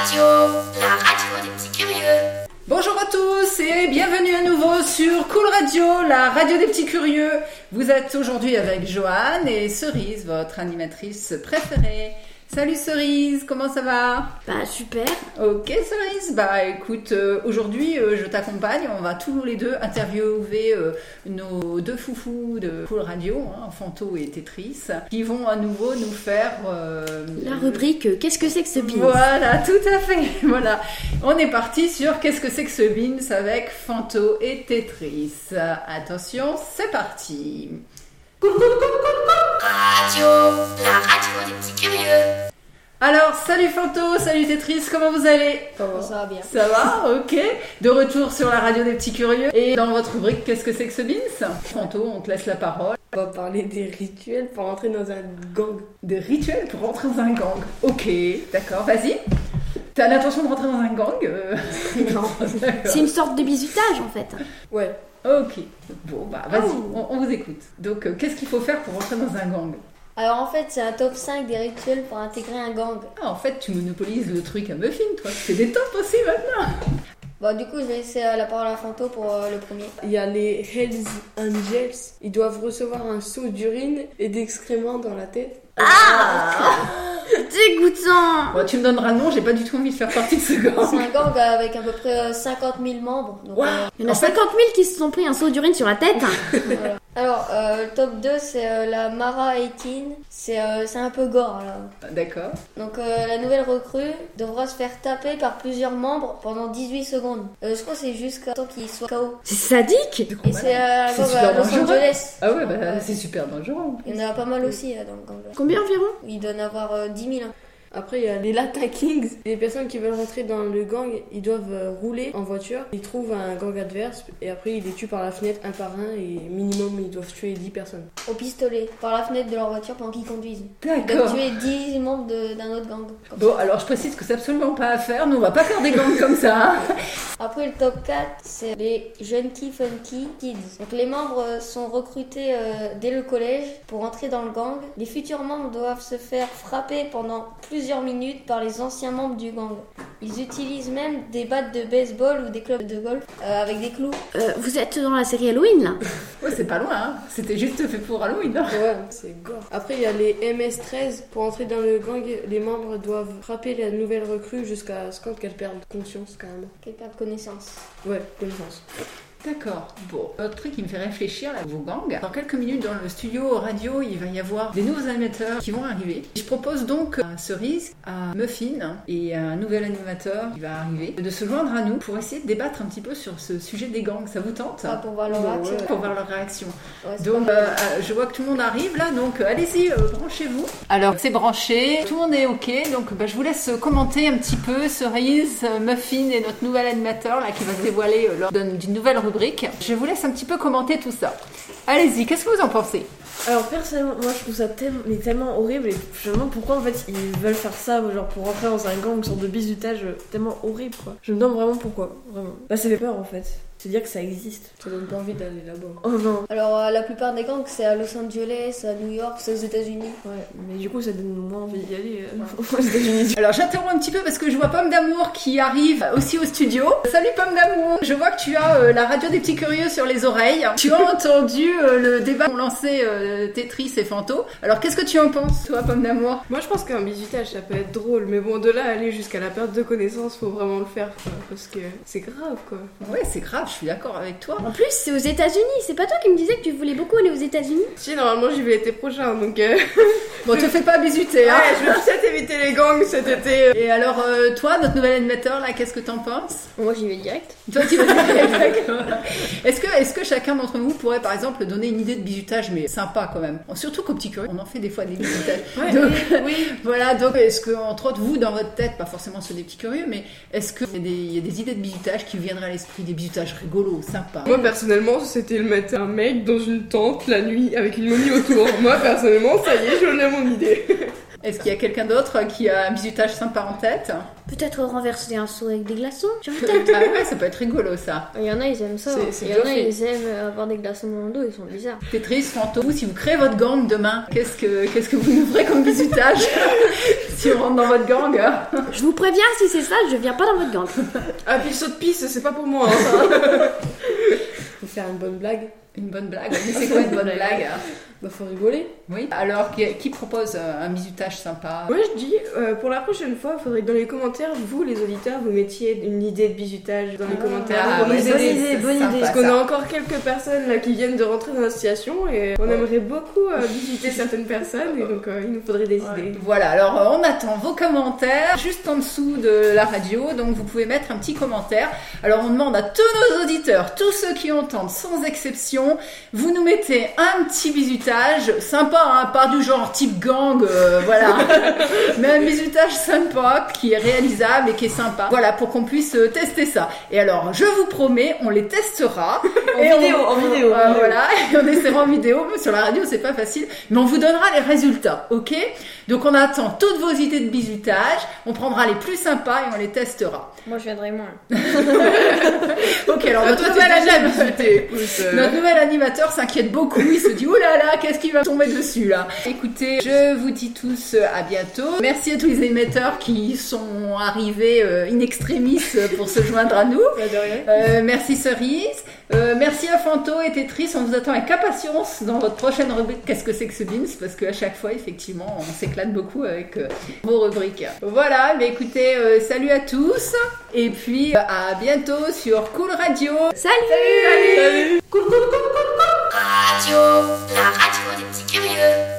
la radio des petits curieux. Bonjour à tous et bienvenue à nouveau sur Cool Radio, la radio des petits curieux. Vous êtes aujourd'hui avec Joanne et Cerise, votre animatrice préférée. Salut Cerise, comment ça va Bah super. Ok Cerise, bah écoute, euh, aujourd'hui euh, je t'accompagne, on va tous les deux interviewer euh, nos deux foufous de Cool Radio, hein, Fanto et Tetris, qui vont à nouveau nous faire euh, La rubrique euh, Qu'est-ce que c'est que ce business Voilà, tout à fait. Voilà. On est parti sur qu'est-ce que c'est que ce Beans avec Fanto et Tetris. Attention, c'est parti. Radio, la radio des petits curieux. Alors, salut Fanto, salut Tetris, comment vous allez Ça va bien. Ça va, ok. De retour sur la radio des petits curieux. Et dans votre rubrique, qu'est-ce que c'est que ce Beans Fanto, on te laisse la parole. On va parler des rituels pour entrer dans un gang. Des rituels pour rentrer dans un gang. Ok, d'accord, vas-y. T'as l'intention de rentrer dans un gang euh, Non. d'accord. C'est une sorte de bisutage en fait. Ouais. Ok, bon bah vas-y, Oh. on, on vous écoute. Donc euh, qu'est-ce qu'il faut faire pour rentrer dans un gang Alors en fait, c'est un top 5 des rituels pour intégrer un gang. Ah en fait tu monopolises le truc à Muffin toi, tu fais des tops aussi maintenant Bon, du coup, je vais laisser euh, la parole à Fanto pour euh, le premier. Il y a les Hells Angels. Ils doivent recevoir un seau d'urine et d'excréments dans la tête. Dégoûtant Bon, Tu me donneras le nom, j'ai pas du tout envie de faire partie de ce C'est gang. un gang euh, avec à peu près euh, 50 000 membres. donc, euh, Il y en a En fait- 50 000 qui se sont pris un seau d'urine sur la tête. voilà. Alors, euh, le top 2, c'est euh, la Mara 18. C'est euh, c'est un peu gore là. Ah, D'accord. Donc, euh, la nouvelle recrue devra se faire taper par plusieurs membres pendant 18 secondes. Euh, je crois que c'est jusqu'à temps qu'il soit KO. C'est sadique Et c'est euh, un C'est gang super à Los dangereux. Angeles. Ah ouais, Donc, bah euh, c'est super dangereux. en plus. Il y en a pas mal aussi là, dans le gang. là. Combien environ Il doit en avoir euh, 10 000. hein. Après, il y a les Lata Kings. Les personnes qui veulent rentrer dans le gang, ils doivent euh, rouler en voiture. Ils trouvent un gang adverse et après, ils les tuent par la fenêtre un par un et minimum, ils doivent tuer 10 personnes. au pistolet par la fenêtre de leur voiture pendant qu'ils conduisent. Ils D'accord. doivent tuer 10 membres de- d'un autre gang. comme Bon alors je précise que c'est absolument pas à faire, nous on va pas faire des gangs comme ça. hein. ça. Après le top 4, c'est les Junkie Funky Kids. Donc les membres euh, sont recrutés euh, dès le collège pour entrer dans le gang. Les futurs membres doivent se faire frapper pendant plusieurs minutes par les anciens membres du gang. Ils utilisent même des battes de baseball ou des clubs de golf euh, avec des clous. Euh, Vous êtes dans la série Halloween là Ouais c'est pas loin, hein. c'était juste fait pour Halloween. hein. Ouais, c'est gore. Après, il y a les MS-13. Pour entrer dans le gang, les membres doivent frapper la nouvelle recrue jusqu'à ce qu'elle perde conscience, carrément. Quelle perte de connaissance. Ouais, connaissance. D'accord. Bon, autre truc qui me fait réfléchir, là, vos gangs. Dans quelques minutes, dans le studio radio, il va y avoir des nouveaux animateurs qui vont arriver. Je propose donc à Cerise, à Muffin et à un nouvel animateur qui va arriver de se joindre à nous pour essayer de débattre un petit peu sur ce sujet des gangs. Ça vous tente Ah, pour voir leur Ouais, action. pour voir leur réaction. Ouais, c'est Donc, euh, euh, je vois que tout le monde arrive là, donc euh, allez-y, euh, branchez-vous. Alors, c'est branché, tout le monde est OK, donc bah, je vous laisse commenter un petit peu Cerise, euh, Muffin et notre nouvel animateur là qui va se dévoiler euh, lors d'un- d'une nouvelle rubrique. Je vous laisse un petit peu commenter tout ça. Allez-y, qu'est-ce que vous en pensez Alors personnellement, moi je trouve ça tellement, mais tellement horrible et je me demande pourquoi en fait ils veulent faire ça, genre pour rentrer dans un gang, une sorte de bizutage euh, tellement horrible quoi. Je me demande vraiment pourquoi, vraiment. Bah ça fait peur en fait, se dire que ça existe. Ça donne pas envie d'aller là-bas. Oh non. Alors euh, la plupart des gangs c'est à Los Angeles, à New York, c'est aux États-Unis. Ouais, mais du coup ça donne moins envie d'y aller euh, aux États-Unis. Alors, j'interromps un petit peu parce que je vois Pomme d'Amour qui arrive euh, aussi au studio. Salut Pomme d'Amour Je vois que tu as euh, la radio des petits curieux sur les oreilles. Tu as entendu euh, le débat qu'ont lancé euh, Tetris et Fanto. Alors, qu'est-ce que tu en penses, toi, Pomme d'Amour Moi je pense qu'un bisutage ça peut être drôle, mais bon de là à aller jusqu'à la perte de connaissance, faut vraiment le faire quoi, parce que c'est grave quoi. Ouais, c'est grave, je suis d'accord avec toi. En plus, c'est aux États-Unis. C'est pas toi qui me disais que tu voulais beaucoup aller aux États-Unis Si normalement j'y vais l'été prochain donc euh, Bon, te fais pas bisuter, hein ouais, je vais peut-être éviter les gangs cet été. Et alors, euh, toi, notre nouvel animateur, là, qu'est-ce que t'en penses Moi j'y vais direct. Toi, tu vas D'accord. Est-ce que, est-ce que chacun d'entre vous pourrait, par exemple, donner une idée de bisutage, mais sympa quand même Surtout qu'au petit curieux, on en fait des fois des bisutages. Donc, voilà, donc est-ce que, entre autres, vous, dans votre tête, pas forcément ceux des petits curieux, mais est-ce qu'il y, a des- il y a des idées de bisutage qui vous viendraient à l'esprit, des bisutages rigolos, sympas Moi personnellement, c'était le matin, un mec dans une tente la nuit avec une momie autour. Moi personnellement, ça y est, je l'ai mon idée. Est-ce qu'il y a quelqu'un d'autre qui a un bisutage sympa en tête Peut-être renverser un seau avec des glaçons. Tu vois, Ah ouais, ça peut être rigolo ça. Il y en a, ils aiment ça. C'est- hein. c'est Il y en a, bluffé. ils aiment avoir des glaçons dans le dos, ils sont bizarres. Tetris, Fanto, vous, si vous créez votre gang demain, qu'est-ce que qu'est-ce que vous nous ferez comme bisutage si on rentre dans votre gang hein Je vous préviens, si c'est ça, je viens pas dans votre gang. Ah, puis le saut de piste, c'est pas pour moi. hein. Faut faire une bonne blague. Une bonne blague. Mais c'est quoi une bonne blague hein Bah faut rigoler. Oui. Alors qui, qui propose euh, un bisutage sympa Moi, je dis, euh, pour la prochaine fois, il faudrait que dans les commentaires, vous, les auditeurs, vous mettiez une idée de bisutage dans les commentaires. Ah, pour ouais, nous ça, aider. c'est bonne sympa, idée. Parce ça. qu'on a encore quelques personnes là qui viennent de rentrer dans la situation et on aimerait beaucoup euh, visiter certaines personnes et donc euh, il nous faudrait des idées. Voilà, alors euh, on attend vos commentaires juste en dessous de la radio, donc vous pouvez mettre un petit commentaire. Alors on demande à tous nos auditeurs, tous ceux qui entendent sans exception, vous nous mettez un petit bisutage sympa, hein, pas du genre type gang, euh, voilà, mais un bisutage sympa qui est réalisable et qui est sympa. Voilà, pour qu'on puisse euh, tester ça. Et alors je vous promets, on les testera. En Et on- vidéo, en vidéo. euh, voilà, et on essaiera en vidéo. Sur la radio, c'est pas facile, mais on vous donnera les résultats, ok Donc on attend toutes vos idées de bisutage, on prendra les plus sympas et on les testera. Moi, je viendrais moins. Ok, alors notre, toi, t'es nouvel déjà anim- visité. Écoute, euh, notre nouvel animateur s'inquiète beaucoup, il se dit oh là là, qu'est-ce qui va tomber dessus là Écoutez, je vous dis tous euh, à bientôt. Merci à tous les émetteurs qui sont arrivés euh, in extremis euh, pour se joindre à nous. Pas de rien. Euh, merci Cerise. Euh, merci à Fanto et Tetris. On vous attend avec impatience dans votre prochaine rubrique Qu'est-ce que c'est que ce Beams Parce qu'à chaque fois, effectivement, on s'éclate beaucoup avec euh, vos rubriques. Voilà, mais écoutez, euh, salut à tous. Et puis, euh, à bientôt sur Cool Radio. Radio, la radio des petits curieux.